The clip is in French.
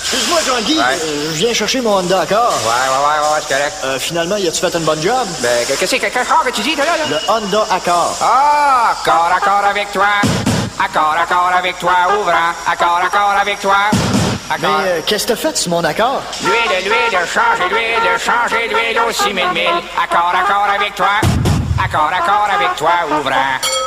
Excuse-moi, Jean-Guy, Ouais. euh, je viens chercher mon Honda Accord. Ouais, ouais, ouais, ouais, c'est correct. Euh, finalement, y a-tu fait une bonne job? Ben, qu'est-ce que c'est? Quel corps que tu dis, toi, là? là? Le Honda Accord. Ah, corps à corps avec toi. Accord à corps avec toi, ouvrant. Accord à corps avec toi. Mais Accord. euh, qu'est-ce que t'as fait sur mon Accord? L'huile, l'huile, changez l'huile, changez l'huile au 6000 mille. Accord à corps avec toi. Accord à corps avec toi, ouvrant.